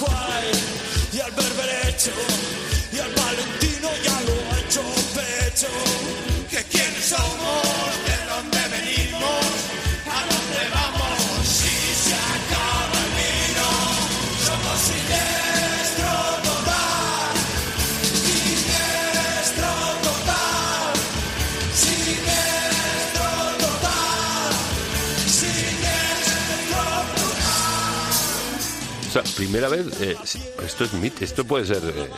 guay y al berberecho y al valentino y al ocho pecho. Que quiénes somos, de dónde venimos, a dónde vamos si se acaba el vino. Somos siniestro total, siniestro total, siniestro total, siniestro total. O sea, primera vez, eh, si- esto es mit- esto puede ser eh,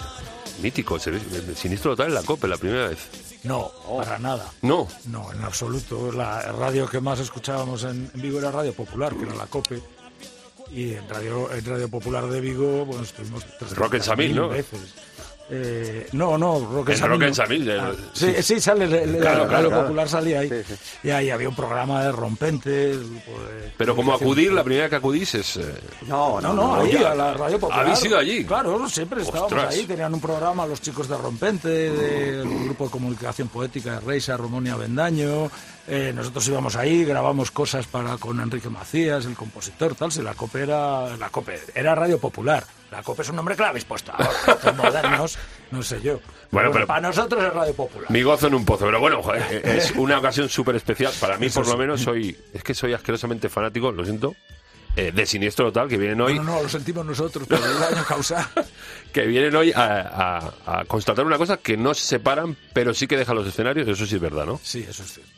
mítico, se ve- el siniestro total en la copa, la primera vez. No, para nada. No, No, en absoluto. La radio que más escuchábamos en, en Vigo era Radio Popular, que era la COPE. Y en Radio, en radio Popular de Vigo, bueno, estuvimos... Rock en Samil, 300.000 ¿no? Veces. Eh, no, no, Rock en En Samil. Rock en no. Samil, ya- Ah, sí, sí, sale, le- Claro, le- la claro, Radio claro. Popular salía ahí. Sí, sí. Y ahí había un programa de rompentes, grupo de- pero como acudir, la primera que acudís es... eh, No, No, no, ahí a la radio popular. ¿Habéis ido allí? Claro, siempre estábamos Ostras. ahí. Tenían un programa los chicos de Rompente, del grupo de comunicación poética de Reisa, Romón y Avendaño. Eh, nosotros íbamos ahí, grabamos cosas para con Enrique Macías, el compositor, tal. Si la COPE era, la COPE era radio popular. La COPE es un nombre que la habéis puesto ahora. Son modernos, no sé yo. Bueno, pero- para nosotros es radio popular. Mi gozo en un pozo, pero bueno, joder, eh, es una ocasión súper especial. Para mí, por lo menos, soy es que soy asquerosamente fanático, lo siento, eh, de Siniestro Total, que vienen hoy No, no, no, lo sentimos nosotros por el daño causado. que vienen hoy a, a- a constatar una cosa que no se separan, pero sí que dejan los escenarios, eso sí es verdad, ¿no? Sí, eso es cierto.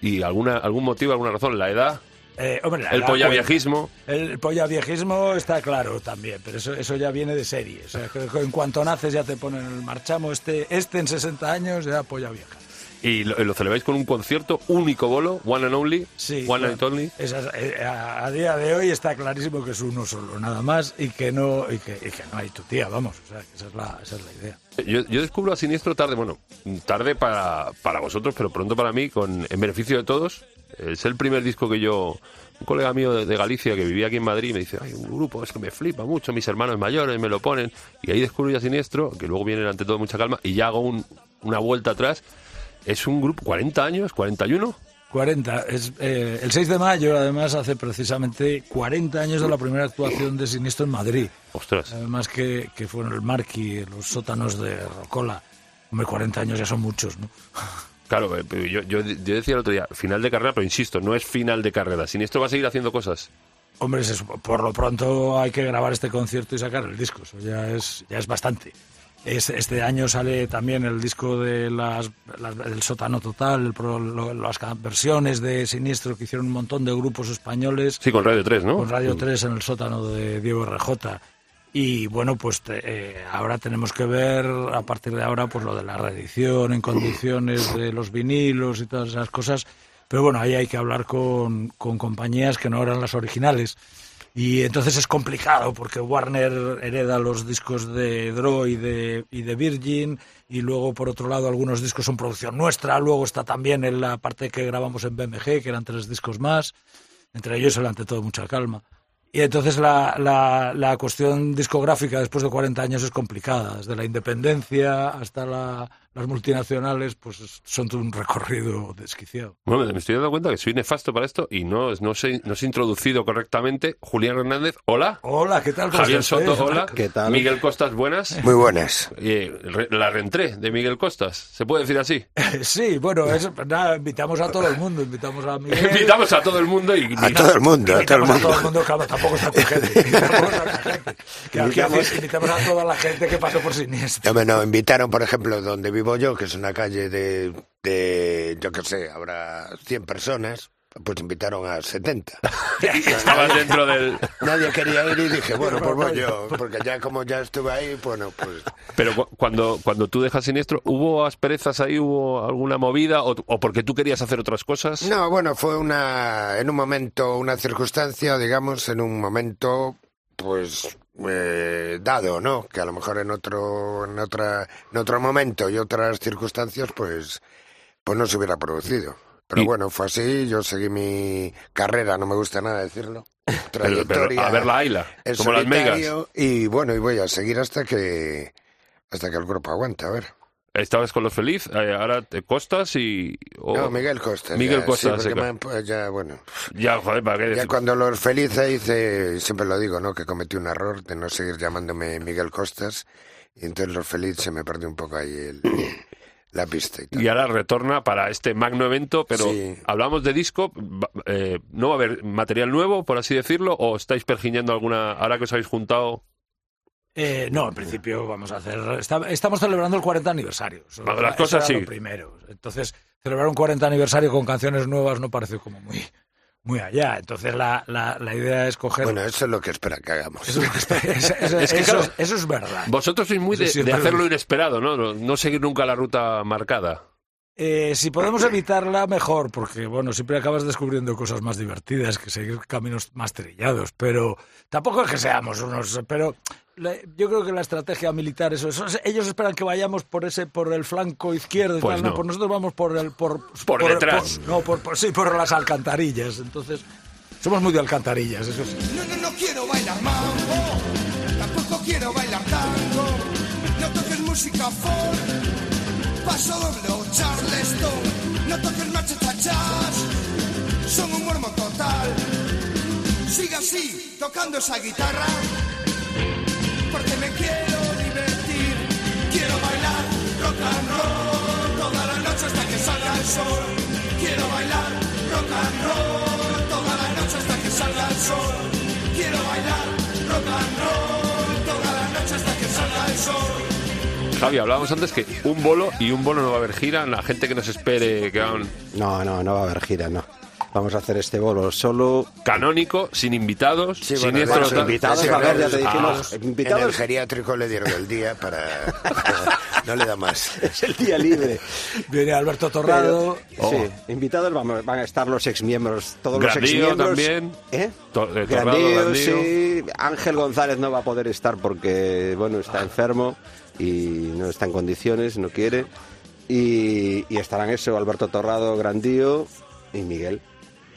Y alguna algún motivo, alguna razón, la edad, Eh, hombre, la el verdad, pues, pollaviajismo... El pollaviejismo está claro también, pero eso, eso ya viene de serie. O sea, que en cuanto naces ya te ponen el marchamo, este, este en 60 años ya polla vieja. Y lo, lo celebráis con un concierto, único bolo, one and only, Sí, one bueno, and only. esas- eh, a, a día de hoy está clarísimo que es uno solo, nada más, y que no, y que, y que no hay tu tía, vamos. O sea, que esa es la, esa es la idea. Yo, yo descubro a Siniestro tarde, bueno, tarde para, para vosotros, pero pronto para mí, con en beneficio de todos. Eh, Es el primer disco que yo, un colega mío de, de Galicia que vivía aquí en Madrid, me dice, hay un grupo, es que me flipa mucho, mis hermanos mayores me lo ponen. Y ahí descubro ya Siniestro, que luego viene ante todo mucha calma, y ya hago un- una vuelta atrás. Es un grupo, 40 años, 41. 40. Es, eh, el 6 de mayo, además, hace precisamente 40 años de la primera actuación de Siniestro en Madrid. Ostras, Además que, que fueron el Marquis, los sótanos de Rocola. Hombre, 40 años ya son muchos, ¿no? claro, eh, pero yo, yo, yo decía el otro día, final de carrera, pero insisto, no es final de carrera. Siniestro va a seguir haciendo cosas. Hombre, se supo- por lo pronto hay que grabar este concierto y sacar el disco. Eso ya es, ya es bastante. Es- este año sale también el disco de las, las- del sótano total, el pro- lo- las ca- versiones de Siniestro que hicieron un montón de grupos españoles Sí, con Radio 3, ¿no? con Radio 3 en el sótano de Diego RJ. Y bueno, pues te- eh, ahora tenemos que ver a partir de ahora pues lo de la reedición en condiciones de los vinilos y todas esas cosas. Pero bueno, ahí hay que hablar con, con compañías que no eran las originales. Y entonces es complicado porque Warner hereda los discos de Dro y de, y de Virgin y luego por otro lado algunos discos son producción nuestra, luego está también en la parte que grabamos en BMG, que eran tres discos más entre ellos el ante todo mucha calma. Y entonces la, la, la cuestión discográfica después de 40 años es complicada, desde la independencia hasta la- las multinacionales, pues es- son todo un recorrido desquiciado. Bueno, me estoy dando cuenta que soy nefasto para esto y no, no, sé, no he introducido correctamente. Julián Hernández, hola. Hola, ¿qué tal? ¿Cómo Javier estás? Eh, Soto, hola. ¿Qué tal? Miguel Costas, buenas. Muy buenas. Eh, re- la reentré de Miguel Costas, ¿se puede decir así? Sí, bueno, es- nada, invitamos a todo el mundo, invitamos a Miguel. Invitamos a todo el mundo y... A todo el mundo, a todo el Invitamos a todo el mundo. mundo, claro, tampoco está con gente. Invitamos a, la gente. Que aquí hace- invitamos a toda la gente que pasó por siniestro. No, me no, invitaron, por ejemplo, donde vivo yo, que es una calle de, de yo qué sé, habrá 100 personas, pues invitaron a 70. Estabas dentro del... Nadie quería ir y dije, bueno, pues voy yo, porque ya como ya estuve ahí, bueno, pues... Pero cu- cuando, cuando tú dejas siniestro, ¿hubo asperezas ahí? ¿Hubo alguna movida? ¿O, o porque tú querías hacer otras cosas? No, bueno, fue una, en un momento, una circunstancia, digamos, en un momento, pues, eh, dado, ¿no? Que a lo mejor en otro, en otra, en otro momento y otras circunstancias, pues, pues no se hubiera producido. Pero Y- bueno, fue así, yo seguí mi carrera, no me gusta nada decirlo. Pero- pero Trayectoria. a ver la Aila, en como las megas. solitario, Y bueno, y voy a seguir hasta que, hasta que el grupo aguante, a ver. Estabas con los feliz, eh, ahora te Costas y. oh, o- No, Miguel Costa. Miguel ya, Costa, sí, porque seca. me han pu- ya, bueno. Ya, joder, ¿para qué Ya decir? cuando los felices hice, siempre lo digo, ¿no? Que cometí un error de no seguir llamándome Miguel Costas. Y entonces los felices se me perdió un poco ahí el- la pista y tal. Y ahora retorna para este magno evento, pero Sí. hablamos de disco. va- eh, ¿No va a haber material nuevo, por así decirlo? ¿O estáis pergiñando alguna. Ahora que os habéis juntado. Eh, no, en principio vamos a hacer. está- estamos celebrando el 40 aniversario. Eso Bueno, era- las cosas eso era sí. Lo primero. Entonces, celebrar un 40 aniversario con canciones nuevas no parece como muy, muy allá. Entonces, la, la, la idea es coger. Bueno, eso es lo que espera que hagamos. eso, eso- eso- Es que, eso- claro, eso es verdad. Vosotros sois muy de, Sí, sí, de pero- hacerlo inesperado, ¿no? ¿no? no seguir nunca la ruta marcada. Eh, si podemos evitarla, mejor, porque bueno, siempre acabas descubriendo cosas más divertidas que seguir caminos más trillados, pero tampoco es que seamos unos, pero la- yo creo que la estrategia militar, eso, eso es- ellos esperan que vayamos por ese, por el flanco izquierdo y Pues tal, no, no. pues nosotros vamos por el, por, Por detrás. por- no, por, por- sí, por las alcantarillas, entonces somos muy de alcantarillas, eso sí. No, no, no quiero bailar mambo, tampoco quiero bailar tango. No toques música folk, paso doble o charleston. No toques marcha chachas, son un mormo total. Siga así, tocando esa guitarra, porque me quiero divertir. Quiero bailar rock and roll toda la noche hasta que salga el sol. Quiero bailar rock and roll toda la noche hasta que salga el sol. Quiero bailar rock and roll toda la noche hasta que salga el sol. Javi, hablábamos antes que un bolo y un bolo no va a haber gira. La gente que nos espere que hagan No, no, no va a haber gira, no. Vamos a hacer este bolo solo. canónico, sin invitados, Sí, sin bueno, esto, bueno, no tal. invitados sí, va a haber, ya sí, te dijimos. ah, invitados En el geriátrico le dieron el día para... no le da más. es el día libre. Viene Alberto Torrado, Oh. Pero, Sí, invitados vamos- van a estar los exmiembros, todos los Grandío exmiembros. también. ¿Eh? To- eh, Torrado, Grandío, Grandío. sí. Ángel González no va a poder estar porque, bueno, está enfermo y no está en condiciones, no quiere. Y, y estarán eso, Alberto Torrado, Grandío y Miguel.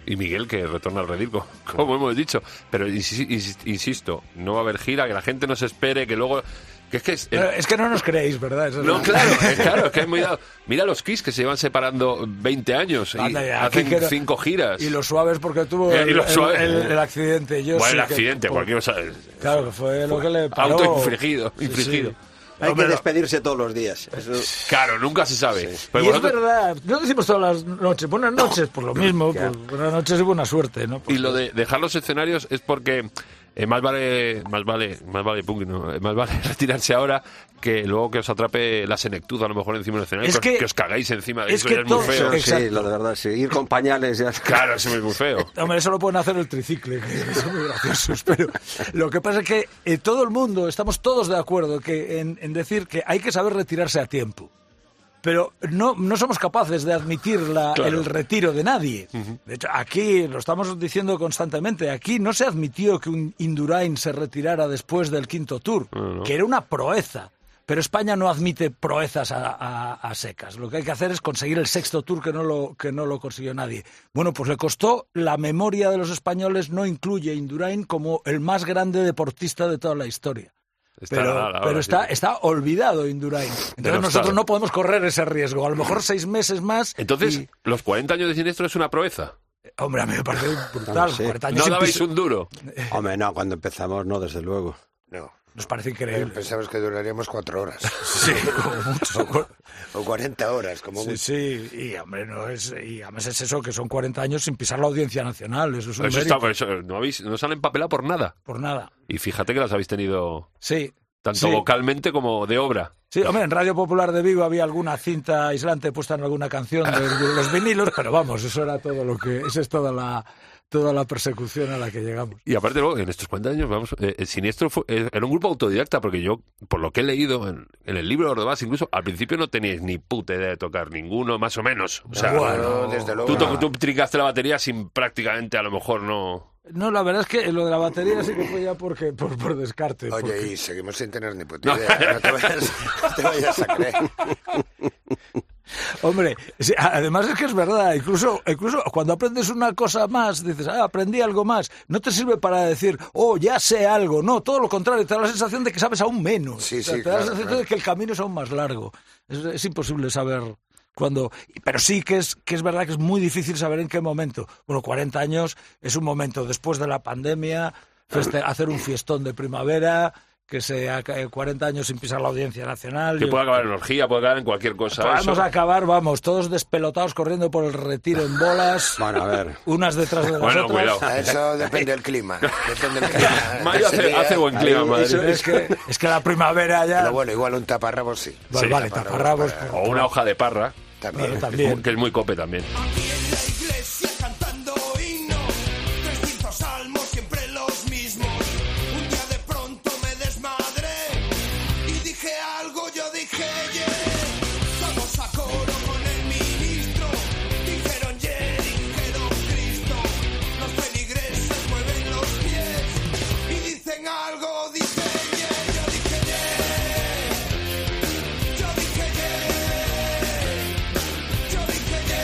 Y Miguel que retorna al redilco, como hemos dicho. Pero insi- insi- insisto, no va a haber gira, que la gente nos espere, que luego... Que es que... es- Pero es que no nos creéis, ¿verdad? Eso es eh, No, verdad. claro, es, claro, es que es muy dado. Mira los Kiss que se llevan separando 20 años y Anda ya, hacen aquí que no- cinco giras. Y los suaves porque tuvo Eh, y el, los el- suaves. el- el accidente. Yo bueno, sí el que- accidente, cualquier cosa. Claro, que fue lo que le paró. Autoinfligido, Sí, infligido. sí. Hay Hombre, que no- despedirse todos los días. Eso- Claro, nunca se sabe. Pues y vosotros- es verdad, no decimos todas las noches, buenas noches, por lo mismo, Ya. pues, buenas noches y buena suerte, ¿no? Pues, Y lo de dejar los escenarios es porque eh, más vale más vale más vale punk, no, eh, más vale retirarse ahora que luego que os atrape la senectud a lo mejor encima del escenario que, Es os- que- que os cagáis encima de es eso que ya es muy todo- feo. eso sí, Exacto. lo de verdad, sí. Ir con pañales ya. Claro, eso es muy feo. Hombre, eso lo pueden hacer el tricicle, que son muy graciosos, pero lo que pasa es que eh, todo el mundo, estamos todos de acuerdo que en, en decir que hay que saber retirarse a tiempo. Pero no, no somos capaces de admitir la- Claro. el retiro de nadie. De hecho, aquí lo estamos diciendo constantemente, aquí no se admitió que un Indurain se retirara después del quinto tour, que era una proeza. Pero España no admite proezas a, a- a secas. Lo que hay que hacer es conseguir el sexto tour que no, lo, que no lo consiguió nadie. Bueno, pues le costó, la memoria de los españoles no incluye a Indurain como el más grande deportada de toda la historia. Está Pero, nada, ahora pero sí. está, está olvidado Indurain. Entonces nosotros Denostado. no podemos correr ese riesgo. A lo mejor seis meses más. Entonces, y- los 40 años de siniestro es una proeza. hombre, a mí me parece brutal. No sé. 40 años No sin dabais piso- un duro. Hombre, no, cuando empezamos no, desde luego. No. Nos parece Eh, increíble. Pensamos que duraríamos cuatro horas. Sí, como mucho. O 40 horas, como Sí, mucho. sí, y hombre, no es, y además es eso, que son 40 años sin pisar la audiencia nacional, eso es un Eso mérito, está- eso- no, habéis, no os han empapelado por nada. por nada. Y fíjate que las habéis tenido Sí, tanto Sí. vocalmente como de obra. sí, hombre, en Radio Popular de Vigo había alguna cinta aislante puesta en alguna canción de, de los vinilos, pero vamos, eso era todo lo que, esa es toda la, toda la persecución a la que llegamos. Y aparte, luego, en estos 40 años, vamos, eh, el Siniestro fue- eh, era un grupo autodidacta, porque yo, por lo que he leído en, en el libro de Ordovás, incluso al principio no teníais ni puta idea de tocar ninguno, más o menos. O sea, Bueno, No, desde luego. tú, to- no. tú trincaste la batería sin prácticamente, a lo mejor, no. No, la verdad es que lo de la batería sí que fue ya porque, por, por descarte. porque- Oye, y seguimos sin tener ni puta idea. No te vayas, no te vayas a creer. Hombre, sí, a- además es que es verdad, incluso, incluso cuando aprendes una cosa más, dices, ah, aprendí algo más, no te sirve para decir, oh, ya sé algo, no, todo lo contrario, te da la sensación de que sabes aún menos, Sí, O sea, sí, te da la claro, sensación claro. de que el camino es aún más largo, es, es imposible saber cuándo, pero sí que es, que es verdad que es muy difícil saber en qué momento, bueno, 40 años es un momento después de la pandemia, feste- hacer un fiestón de primavera, que sea eh, 40 años sin pisar la audiencia nacional. Que yo- puede acabar en orgía, puede acabar en cualquier cosa. Vamos eso. a acabar, vamos, todos despelotados corriendo por el retiro en bolas. Bueno, a ver. Unas detrás de las Bueno, otras. cuidado. Eh, Eso depende del clima. Depende del clima. Mayo eh, hace, Sería- hace buen clima, ahí, Madrid. eso Es que, es que la primavera ya. Pero bueno, igual un taparrabos sí. Vale, sí, vale, taparrabos taparrabos. O una hoja de parra, También. Bueno, que es también. muy- que es muy cope también. Aquí en la iglesia cantando himnos, 300 salmos, siempre los mismos. Un día de pronto me desmadré y dije algo, yo dije ye. Vamos a coro con el ministro, dijeron ye, dijeron Cristo. Los peligreses mueven los pies y dicen algo, dije ye, yo dije ye. Yo dije ye, yo dije ye.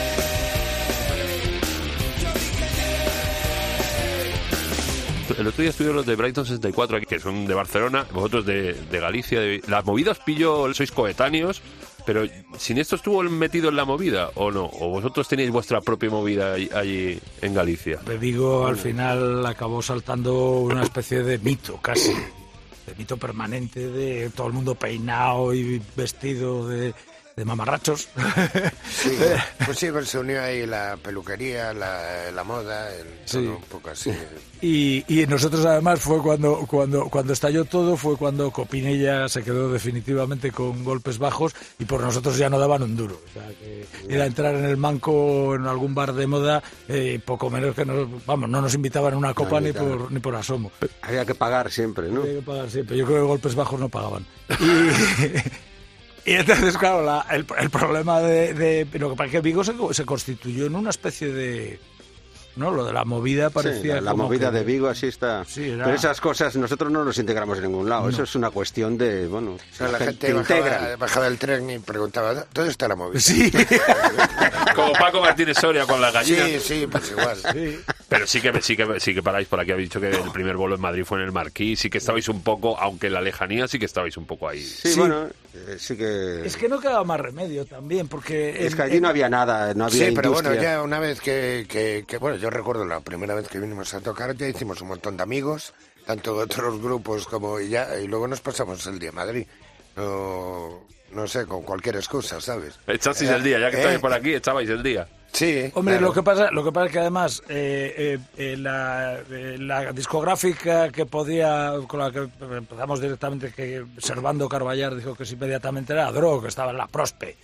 El otro día estuvieron los de Brighton 64, aquí, que son de Barcelona, vosotros de, de Galicia. de- La movida os pillo, sois coetáneos, pero ¿sin esto estuvo el metido en la movida o no? ¿O vosotros tenéis vuestra propia movida ahí- allí en Galicia? Te digo, al final acabó saltando una especie de mito casi. De mito permanente de todo el mundo peinado y vestido de, de mamarrachos. Sí, pues sí, pero se unió ahí la peluquería, la, la moda, el, Sí. todo un poco así. Y, y nosotros además fue cuando, cuando, cuando estalló todo, fue cuando Copinella se quedó definitivamente con golpes bajos y por nosotros ya no daban un duro. O sea, que era entrar en el manco en algún bar de moda eh, poco menos que nos, vamos, no nos invitaban a una copa ni invitaban. por, ni por asomo. Había que pagar siempre, ¿no? Tiene que pagar siempre. Yo creo que golpes bajos no pagaban. Y, y entonces, claro, la- el, el problema de, de- Lo que pasa es que Vigo se, se constituyó en una especie de. ¿No? Lo de la movida parecía. Sí, la, la como movida que- de Vigo así está. Sí, era- Pero esas cosas nosotros no nos integramos en ningún lado. Eso es una cuestión de, bueno, O sea, la que- gente que bajaba, integran. bajaba del tren y preguntaba, ¿dónde está la movida? Sí. Como Paco Martínez Soria con las gallinas. sí, sí, pues igual. Pero sí que, sí, que, sí que paráis por aquí. Habéis dicho que el primer bolo en Madrid fue en el Marquí. Sí que estabais un poco, aunque en la lejanía, sí que estabais un poco ahí. Sí, Sí. bueno, eh, sí que... Es que no quedaba más remedio también, porque. Es que en- allí no había nada, no había Sí, pero bueno, industria. ya una vez que, que- que- Bueno, yo recuerdo la primera vez que vinimos a tocar, ya hicimos un montón de amigos, tanto de otros grupos como... Y, ya, y luego nos pasamos el día en Madrid. No, no sé, con cualquier excusa, ¿sabes? Echasteis el día, ya que Eh, estabais por aquí, echabais el día. Sí, Hombre, claro. lo que pasa, lo que pasa es que además eh, eh, eh, la, eh, la discográfica que podía, con la que eh, empezamos directamente, que Servando Carballar dijo que sí, inmediatamente era Drog, que estaba en la Prospe.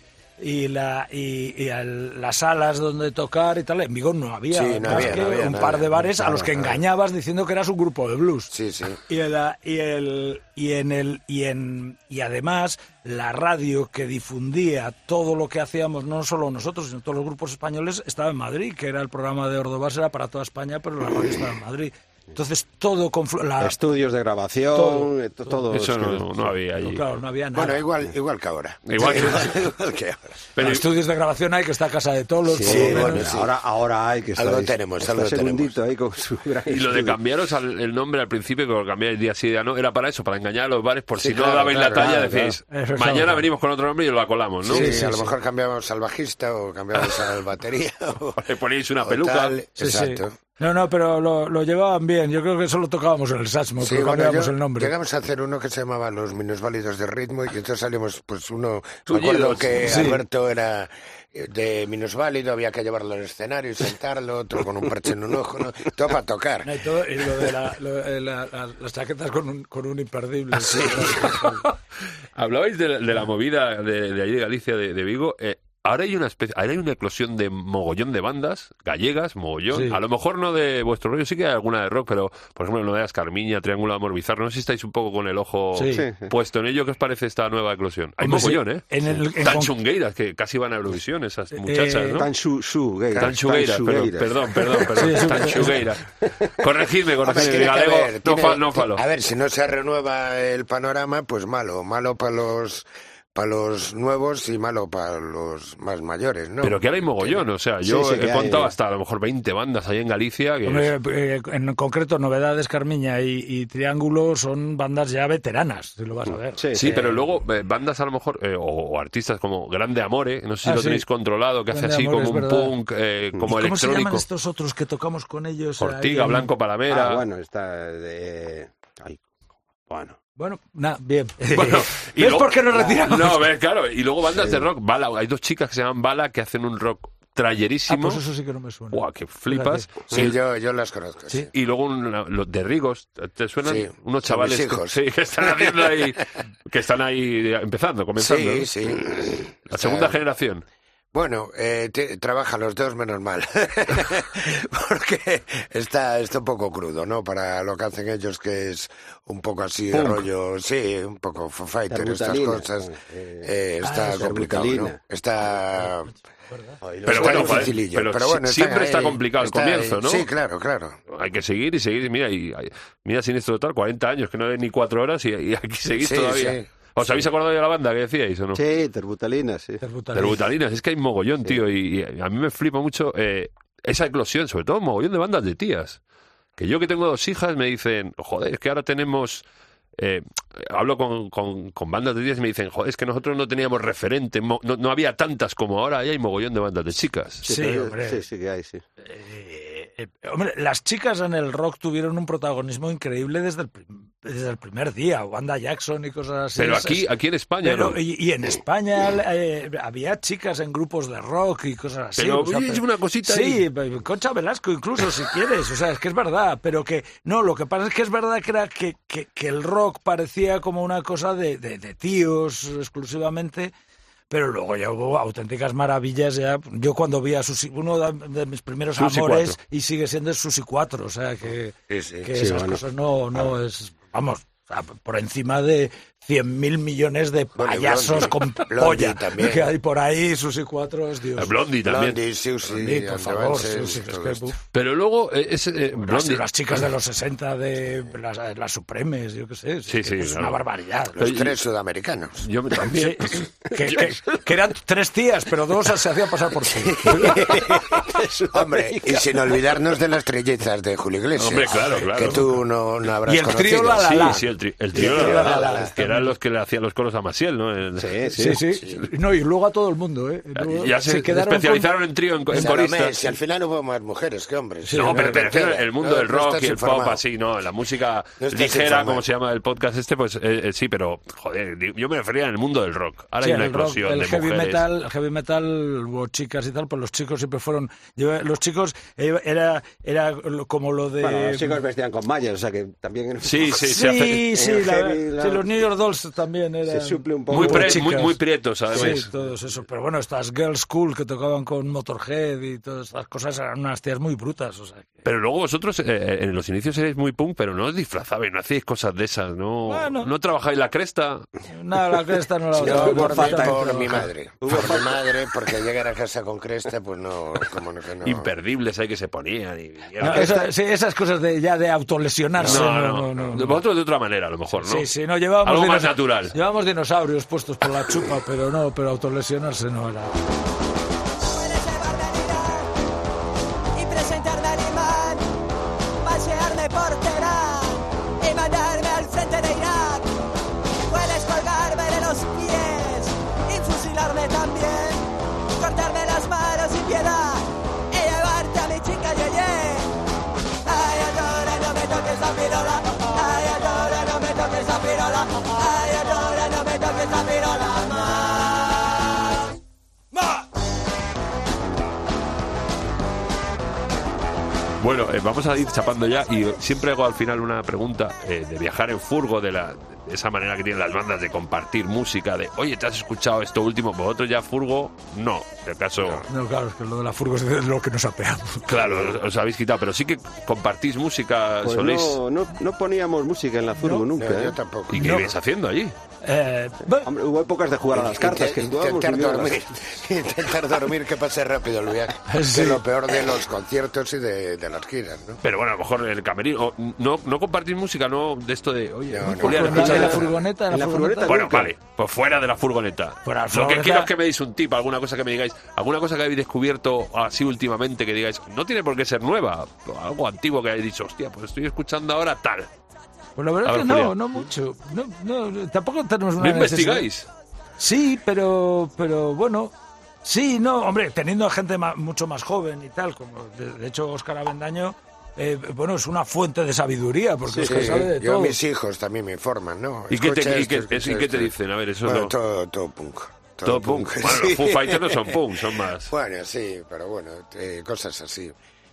Y, la, y, y al- las salas donde tocar y tal, en Vigo no había, Sí, no más había, que no había, un no par había. de bares a Claro, los que claro. engañabas diciendo que eras un grupo de blues. Sí, sí. Y, la- y el, y, en el, y, en, y además la radio que difundía todo lo que hacíamos, no solo nosotros, sino todos los grupos españoles, estaba en Madrid, que era el programa de Ordovás, era para toda España, pero la radio estaba en Madrid. Entonces todo conflu- la- Estudios de grabación, Todo. eh, to- todo. Eso es que- no, no había allí. claro, no había nada. Bueno, eh, igual, igual que ahora. Igual que- igual que ahora. Pero- Los estudios de grabación hay que está Casa de Tolos. Sí, por lo menos. bueno, menos, sí. ahora, ahora hay que estar Algo ahí- tenemos, está algo tenemos. segundito ahí con su gran Y lo de estudio. cambiaros al- el nombre al principio, que lo cambiáis día sí, día no, era para eso, para engañar a los bares, por Sí, si no claro, dabais la claro, talla, claro, decís, claro. Eso es mañana algo. venimos con otro nombre y lo colamos, ¿no? Sí, sí, a lo sí. mejor cambiamos al bajista o cambiamos al batería. O, Le ponéis una o peluca. tal. Sí, sí. Exacto. No, no, pero lo, lo llevaban bien. Yo creo que solo tocábamos en el Sachmo, Sí, pero bueno, cambiábamos yo- el nombre. Llegamos a hacer uno que se llamaba Los Minusválidos de Ritmo y que entonces salimos, pues uno. Me Tullidos. acuerdo que Sí. Alberto era eh, de minusválido, había que llevarlo al escenario y sentarlo, otro con un parche en un ojo, ¿no? todo para tocar. No, y todo- y lo de la- lo- eh, la- la- las chaquetas con un, con un imperdible. Ah, Hablabais de, la- de la movida de, de allí de Galicia, de, de Vigo. eh, ahora hay una especie, ahora hay una eclosión de mogollón de bandas gallegas, mogollón. Sí. A lo mejor no de vuestro rollo, sí que hay alguna de rock, pero por ejemplo no de las Carmiña, Triángulo de Amor Bizarro. No sé si estáis un poco con el ojo Sí. Sí, sí. puesto en ello. ¿Qué os parece esta nueva eclosión? Hay Hombre, sí. mogollón, ¿eh? En el- en Tan con- chungueiras, que casi van a Eurovisión esas muchachas, eh, ¿no? Tan su, su, gay, Tan chugueiras, tan perdón, chugueiras. perdón, perdón, perdón, Sí, sí, tan sí. chugueiras. Corregidme, corregidme, Hombre, pues, tiene que galego, haber, no, tiene- fa- no falo. A ver, si no se renueva el panorama, pues malo, malo para los para los nuevos y malo para los más mayores, ¿no? Pero que ahora hay mogollón, o sea, yo Sí, sí, he que hay. contado hasta a lo mejor 20 bandas ahí en Galicia. Que Hombre, eh, en concreto, Novedades Carmiña y, y Triángulo son bandas ya veteranas, si lo vas a ver. Sí, Sí, pero luego eh, bandas a lo mejor, eh, o, o artistas como Grande Amore, no sé si Ah, lo sí. tenéis controlado, que Grande hace así Amore, como un es verdad. punk, eh, como ¿Y ¿Cómo se llaman electrónico. estos otros que tocamos con ellos? Ortiga, ahí en- Blanco Palamera. Ah, bueno, está de... ay, bueno. Bueno, nada, bien. Ah, pues Bueno, y ¿Ves luego- por qué nos retiramos? No, a ver, claro. Y luego bandas de rock, Bala. Hay dos chicas que se llaman Bala que hacen un rock Ah, trayerísimo. pues eso sí que no me suena. Guau, que flipas. Sí, yo, yo las conozco. Sí. Sí. Y luego una- los de Rigos, ¿te suenan? Sí, Unos son mis chavales que, hijos. sí, que están haciendo ahí, que están ahí empezando, comenzando. Sí, ¿no? sí. La segunda Está- generación. Bueno, eh, te- trabaja los dos menos mal. Porque está, está un poco crudo, ¿no? Para lo que hacen ellos, que es un poco así de Punk. rollo. Sí, un poco Foo Fighter, estas Terbutalina, cosas. eh, eh, está ah, complicado, ¿no? terbutalina. Está. Pero bueno, joder, dificilillo, pero si- están siempre está ahí, complicado el están ahí. comienzo, ¿no? Sí, claro, claro. Hay que seguir y seguir. Mira, y, mira siniestro total, 40 años, que no es ni cuatro horas y, y aquí seguís Sí, todavía. sí. ¿Os habéis acordado de la banda que decíais o no? Sí, Terbutalina, sí. Terbutalina. Pero butalinas, es que hay mogollón, tío, y, y a mí me flipa mucho eh, esa eclosión, sobre todo mogollón de bandas de tías. Que yo que tengo dos hijas me dicen, joder, es que ahora tenemos... eh, hablo con, con- con bandas de tías y me dicen, joder, es que nosotros no teníamos referente, mo- no, no había tantas como ahora, y hay mogollón de bandas de chicas. Sí, pero- hombre. Sí, sí que hay, sí. Eh, eh, hombre, las chicas en el rock tuvieron un protagonismo increíble desde el, prim- desde el primer día. Wanda Jackson y cosas así. Pero Es- aquí, es- aquí en España... pero- ¿no? y, y en España eh, había chicas en grupos de rock y cosas así. Pero, o sea, oye, pero- una cosita Sí, ahí. pe- Concha Velasco incluso, si quieres. O sea, es que es verdad. Pero que... No, lo que pasa es que es verdad que, era que, que, que el rock parecía como una cosa de, de- de tíos exclusivamente. Pero luego ya hubo auténticas maravillas. Ya. Yo cuando vi a Susi, uno de- de mis primeros Susi amores, cuatro. y sigue siendo Susi 4. O sea, que, Sí, sí. Ah. que Sí, esas bueno. cosas no, no es... Vamos, o sea, por encima de 100.000 millones de Bueno, y payasos Blondie. con Blondie polla también. Ah, que hay por ahí. Susi 4 es Dios. Blondie también. Blondie, Susie, Sí, por Andrew favor, Hansen, sí, sí, es todo que, esto. uf, Pero luego, eh, ese, eh, las, Blondie- las chicas de los 60 de las, las Supremes, yo qué sé, Sí, sí, es claro. una barbaridad. Los tres sudamericanos. Yo me- Sí, también... que, que- que eran tres tías, pero dos se hacían pasar por sí. Hombre, y sin olvidarnos de las trellizas de Julio Iglesias. Hombre, claro, claro. Que tú no, no habrás Y el trío conocido. La La Sí, La. sí, el, tri- el el trío, la- trío, la- la- la- la- que eran los que le hacían los coros a Maciel, ¿no? El- Sí, sí. Sí, sí. No, y luego a todo el mundo, ¿eh? Luego Ya se, quedaron especializaron en trío, en, co- en Salomé, coristas. si al final hubo más mujeres que hombres. no, pero, pero, pero Entera. el mundo No, del no rock estás y el pop informado. así, ¿no? La música No estás ligera, informado. como se llama el podcast este, pues eh, eh, sí, pero joder, di- yo me refería al mundo del rock. Ahora Sí, hay una el rock, explosión el de heavy mujeres. metal, el heavy metal hubo chicas y tal, pues los chicos siempre fueron yo- los chicos eh, era era lo- como lo de Bueno, los chicos vestían con mallas, o sea que también... Sí, sí, Sí, se hace- sí, el la- heavy, la- sí, los New York Dolls también Se eran suple un poco. muy, pre- chicas. muy, muy prietos, además. Sí, todos esos. Pero bueno, estas Girls School que tocaban con Motorhead y todas estas cosas eran unas tías muy brutas. O sea, que- Pero luego vosotros eh, en los inicios erais muy punk, pero no os disfrazabais, no hacíais cosas de esas, no, Bueno. no trabajáis la cresta. No, la cresta no la Yo, otra, por, no, falta, no, por no. mi madre. Por mi madre, porque llegar a casa con cresta, pues no, como no que no. Imperdibles ahí que se ponían. y- y No, era- esa- sí, esas cosas de ya de autolesionarse. No, No, no, no, no. Vosotros de otra manera, a lo mejor, ¿no? Sí, sí, no llevábamos Algo más dinosa- natural. Llevábamos dinosaurios puestos por la chupa, pero no, pero autolesionarse no era. Puedes llevarme a mirar y presentarme al imán, pasearme por Teherán y mandarme al frente de Irak. Puedes colgarme de los pies y fusilarme también, cortarme las manos sin piedad y llevarte a mi chica Yeye. Ay, adora, no me toques la pirola. Ay, adora, no me toques la pirola. Ay, adora, no me toques la pirola. más. ¡Más! Bueno, eh, vamos a ir chapando ya y eh, siempre hago al final una pregunta eh, de viajar en furgo, de, la, de esa manera que tienen las bandas de compartir música, de oye, ¿te has escuchado esto último? Pues Vosotros ya furgo, no. Si acaso, No, claro, es que lo de la furgo es de lo que nos apeamos. claro, os, os habéis quitado, pero sí que compartís música, Pues soléis. no, no, no poníamos música en la furgo No, nunca. ¿eh? yo tampoco. ¿Y qué no. vais haciendo allí? Eh, bueno, Hombre, hubo épocas de jugar a las cartas, que Intent- jugábamos intentar, y yo a las- dormir, intentar dormir que pase rápido el viaje. Sí. Que es lo peor de los conciertos y de, de las giras, ¿no? Pero bueno, a lo mejor el camerino. o No, no compartir música, no de esto de. Oye, No, no. Julián, en pues escucha, la, en la la- furgoneta, en la, en la furgoneta. furgoneta, Bueno, Nunca. vale, pues fuera de la furgoneta. Fuera de la Lo que furgoneta. quiero es que me deis un tip, alguna cosa que me digáis, alguna cosa que habéis descubierto así últimamente que digáis, no tiene por qué ser nueva, algo antiguo que hayáis dicho, hostia, pues estoy escuchando ahora tal. Pues la A verdad es ver, que no, Julián. no mucho. No, no, no, tampoco tenemos ¿No una necesidad. investigáis? Sí, pero, pero bueno. Sí, no, hombre, teniendo a gente ma- mucho más joven y tal, como de, de hecho Óscar Avendaño, eh, bueno, es una fuente de sabiduría, porque es que Sí, sabe de yo todo. mis hijos también me informan, ¿no? ¿Y qué te- Escucha y esto, qué- escucha eso, y qué te esto. dicen? A ver, eso bueno, no. todo, todo punk. Todo punk. Bueno, sí. los Foo Fighters no son punk, son más. Bueno, sí, pero bueno, eh, cosas así.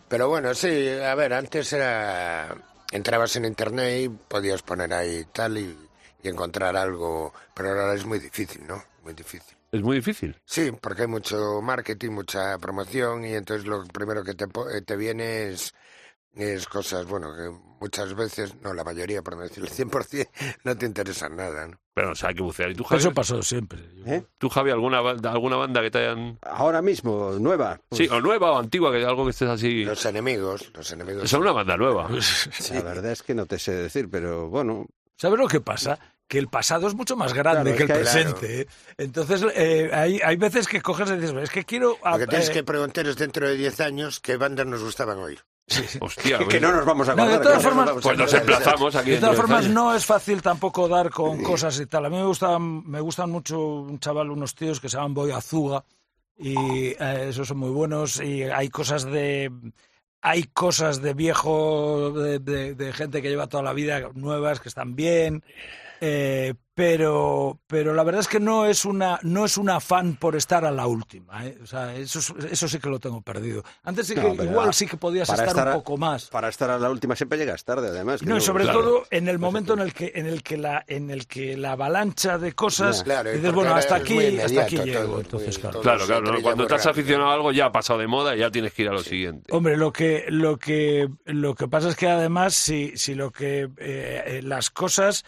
Pero bueno, sí, a ver, antes era... Entrabas en internet y podías poner ahí tal y, y encontrar algo, pero ahora es muy difícil, ¿no? Muy difícil. Es muy difícil. Sí, porque hay mucho marketing, mucha promoción y entonces lo primero que te, po- eh, te viene es, es cosas, bueno, que muchas veces, no la mayoría, por no decir el 100%, no te interesan nada, ¿no? Pero o sea, hay que bucear. ¿Y tú, Javi? Eso pasó siempre. ¿Eh? ¿Tú, Javi, alguna banda, alguna banda que te hayan. Ahora mismo, nueva. Pues Sí, o nueva o antigua, que algo que estés así. Los enemigos, los enemigos. Son una banda nueva. La verdad es que no te sé decir, pero bueno, ¿Sabes lo que pasa? Que el pasado es mucho más grande Claro, que el es que- presente. ¿eh? Entonces, eh, hay, hay veces que coges y dices, es que quiero... Lo que tienes eh, que preguntar es dentro de 10 años qué bandas nos gustaban hoy. Hostia, que no nos vamos a No, de acordar. todas que formas- nos vamos a Ah, Pues nos acordar. emplazamos aquí. De dentro todas de formas, años. no es fácil tampoco dar con cosas y tal. A mí me gustan, me gustan mucho un chaval, unos tíos que se llaman Boy Azuga, y eh, esos son muy buenos. Y hay cosas de. Hay cosas de viejo, de, de- de gente que lleva toda la vida nuevas, que están bien. eh, pero, pero la verdad es que no es una, no es un afán por estar a la última. ¿eh? O sea, eso, es- eso sí que lo tengo perdido. Antes sí que No, pero igual va, sí que podías para estar, estar un a- poco más. Para estar a la última siempre llegas tarde, además. que No, y sobre claro. todo en el momento en el que en el que la en el que la avalancha de cosas Ya. Claro, y Ah, dices, porque bueno, ahora hasta es muy aquí, hasta inmediato aquí todo, llego, muy- entonces claro. todo Claro, se claro, ¿no? trilla cuando muy estás rápido. aficionado a algo ya ha pasado de moda y ya tienes que ir a lo siguiente. Hombre, lo que lo que lo que pasa es que además si si lo que eh, eh, las cosas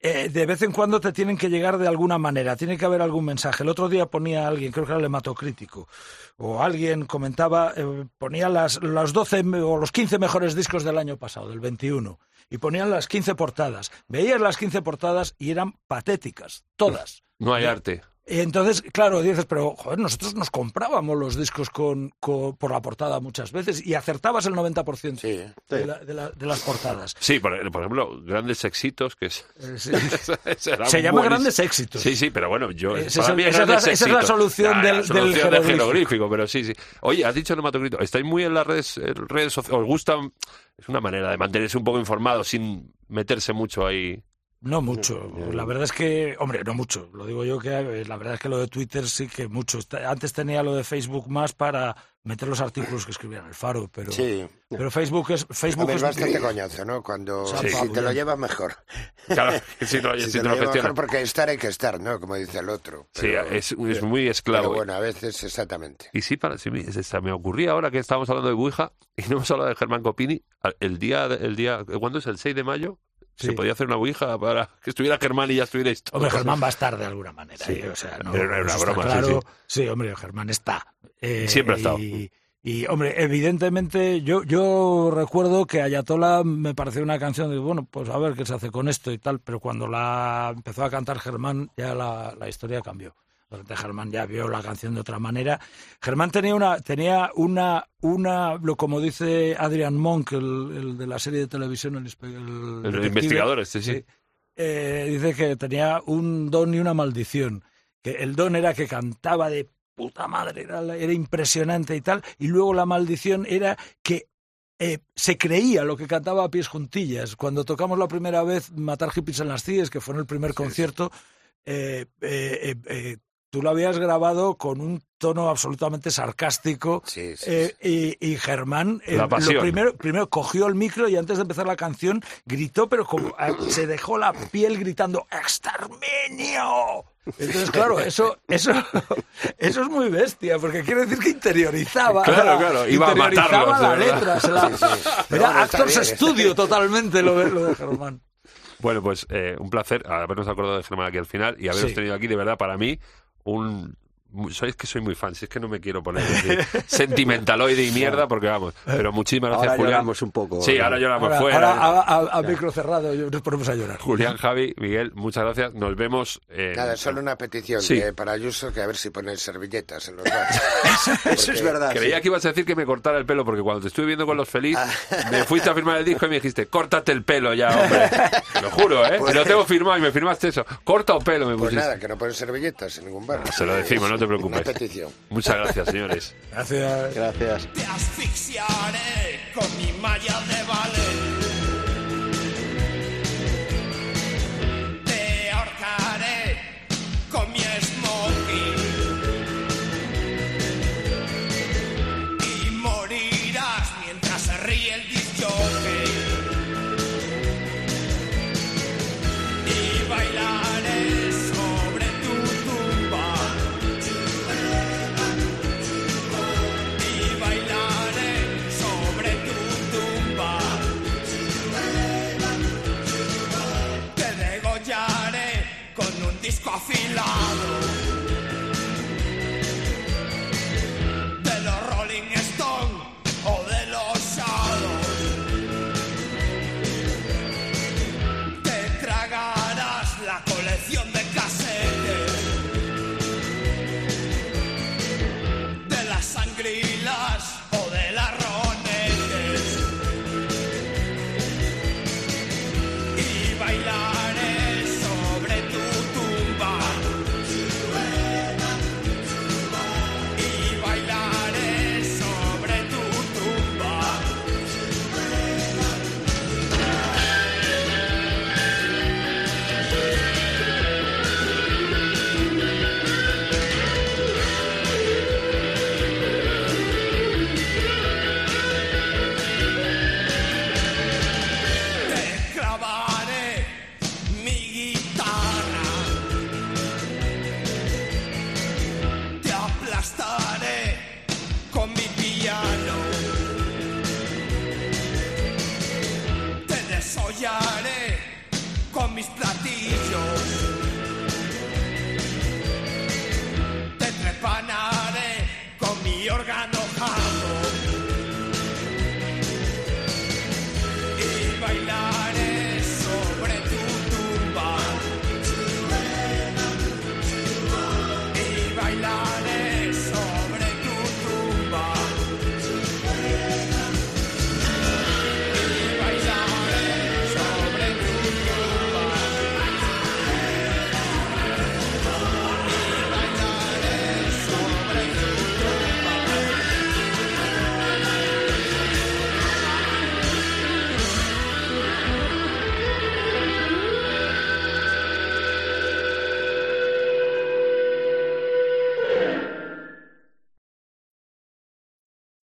eh, de vez en cuando te tienen que llegar de alguna manera, tiene que haber algún mensaje. El otro día ponía alguien, creo que era el hematocrítico, o alguien comentaba, eh, ponía las, los 12 me- o los 15 mejores discos del año pasado, del 21, y ponían las 15 portadas. Veías las 15 portadas y eran patéticas, todas. No hay arte. Y entonces, claro, dices, pero joder, nosotros nos comprábamos los discos con, con- por la portada muchas veces y acertabas el 90% Sí. de, la- de la- de las portadas. Sí, por, por ejemplo, grandes éxitos que es- Eh, sí. será Se llama buenísimo. grandes éxitos. Sí, sí, pero bueno, yo Ese para es- mí esa es la- grandes esa es la éxitos. solución del- la del solución jeroglífico. jeroglífico, pero sí, sí. Oye, has dicho nematocrito, estáis muy en las redes, eh, redes sociales, os gustan es una manera de mantenerse un poco informado sin meterse mucho ahí. No mucho. La verdad es que, hombre, no mucho. Lo digo yo que eh, la verdad es que lo de Twitter sí que mucho. Está- Antes tenía lo de Facebook más para meter los artículos que escribían el Faro, pero, Sí. pero Facebook es A Facebook ver, es es- eh, bastante coñazo, ¿no? Cuando Sí. si te lo llevas mejor. Claro, si no, Si si te no lo lo llevas gestionas. mejor porque estar hay que estar, ¿no? Como dice el otro. Sí, Pero- es, es muy esclavo. Pero bueno, a veces exactamente. Y sí, para sí, me- se- se me ocurría ahora que estábamos hablando de Buija y no hemos hablado de Germán Copini. al- El día, de- el día ¿cuándo es? ¿El 6 de mayo? Se Sí. podía hacer una Buija para que estuviera Germán y ya estuvierais todos. Hombre, Germán va a estar de alguna manera. ¿eh? O sea, no, Pero era una eso está broma, sí, claro. sí, hombre, Germán está. Eh, Siempre ha estado. Y, y, hombre, evidentemente, yo, yo recuerdo que Ayatola me pareció una canción de, bueno, pues a ver qué se hace con esto y tal, pero cuando la empezó a cantar Germán, ya la, la historia cambió. De repente Germán ya vio la canción de otra manera. Germán tenía una, tenía una, una, lo como dice Adrian Monk, el, el de la serie de televisión, el, inspe- el El detective, investigador este, sí. eh, dice que tenía un don y una maldición. Que el don era que cantaba de puta madre, era, la- era impresionante y tal, y luego la maldición era que eh, se creía lo que cantaba a pies juntillas. Cuando tocamos la primera vez Matar Hippies en las Cies, que fue en el primer concierto, eh, eh, eh, eh, tú lo habías grabado con un tono absolutamente sarcástico. Sí, sí. Eh, y, y Germán eh, La lo pasión. primero, primero cogió el micro y antes de empezar la canción gritó, pero como eh, se dejó la piel gritando ¡Exterminio! Entonces, claro, eso, eso, eso es muy bestia, porque quiere decir que interiorizaba. Claro, claro, iba a interiorizaba matarlos, de la verdad. letra. se la- Sí, sí. Pero Era bueno, está Actors bien, está Studio totalmente lo, de- lo de Germán. sí. Bueno, pues eh, un placer habernos acordado de Germán aquí al final y haberos Sí. tenido aquí, de verdad, para mí, un... mu- Sabéis que soy muy fan, si es que no me quiero poner así sentimentaloide y mierda, porque vamos. Pero muchísimas gracias, Ahora Julián. lloramos un poco. Sí, ahora lloramos Ahora, pues fuera. ¿eh? ahora a, a- a micro cerrado yo- nos ponemos a llorar. Julián, Javi, Miguel, muchas gracias. Nos vemos. en- Nada, solo una petición Sí. que para Ayuso, que a ver si ponen servilletas en los bares. Eso es Ah, verdad. Creía que ibas a decir que me cortara el pelo, porque cuando te estuve viendo con los feliz, me fuiste a firmar el disco y me dijiste, córtate el pelo ya, hombre. Te Lo juro, ¿eh? Pues- lo tengo firmado y me firmaste eso. Corta o pelo, me Pues pusiste. nada, que no ponen servilletas en ningún bar. Se lo decimos, no te preocupes. Una petición. Muchas gracias, señores. Gracias. Gracias. Te asfixiaré con mi malla de ballet. Te ahorcaré con mi smoking. Y morirás mientras se ríe el disjockey. Y bailaré sobre tu tumba. Y bailaré sobre tu tumba. Te degollaré con un disco afilado. De los Rolling Stones o de los Shadows. Te tragarás la colección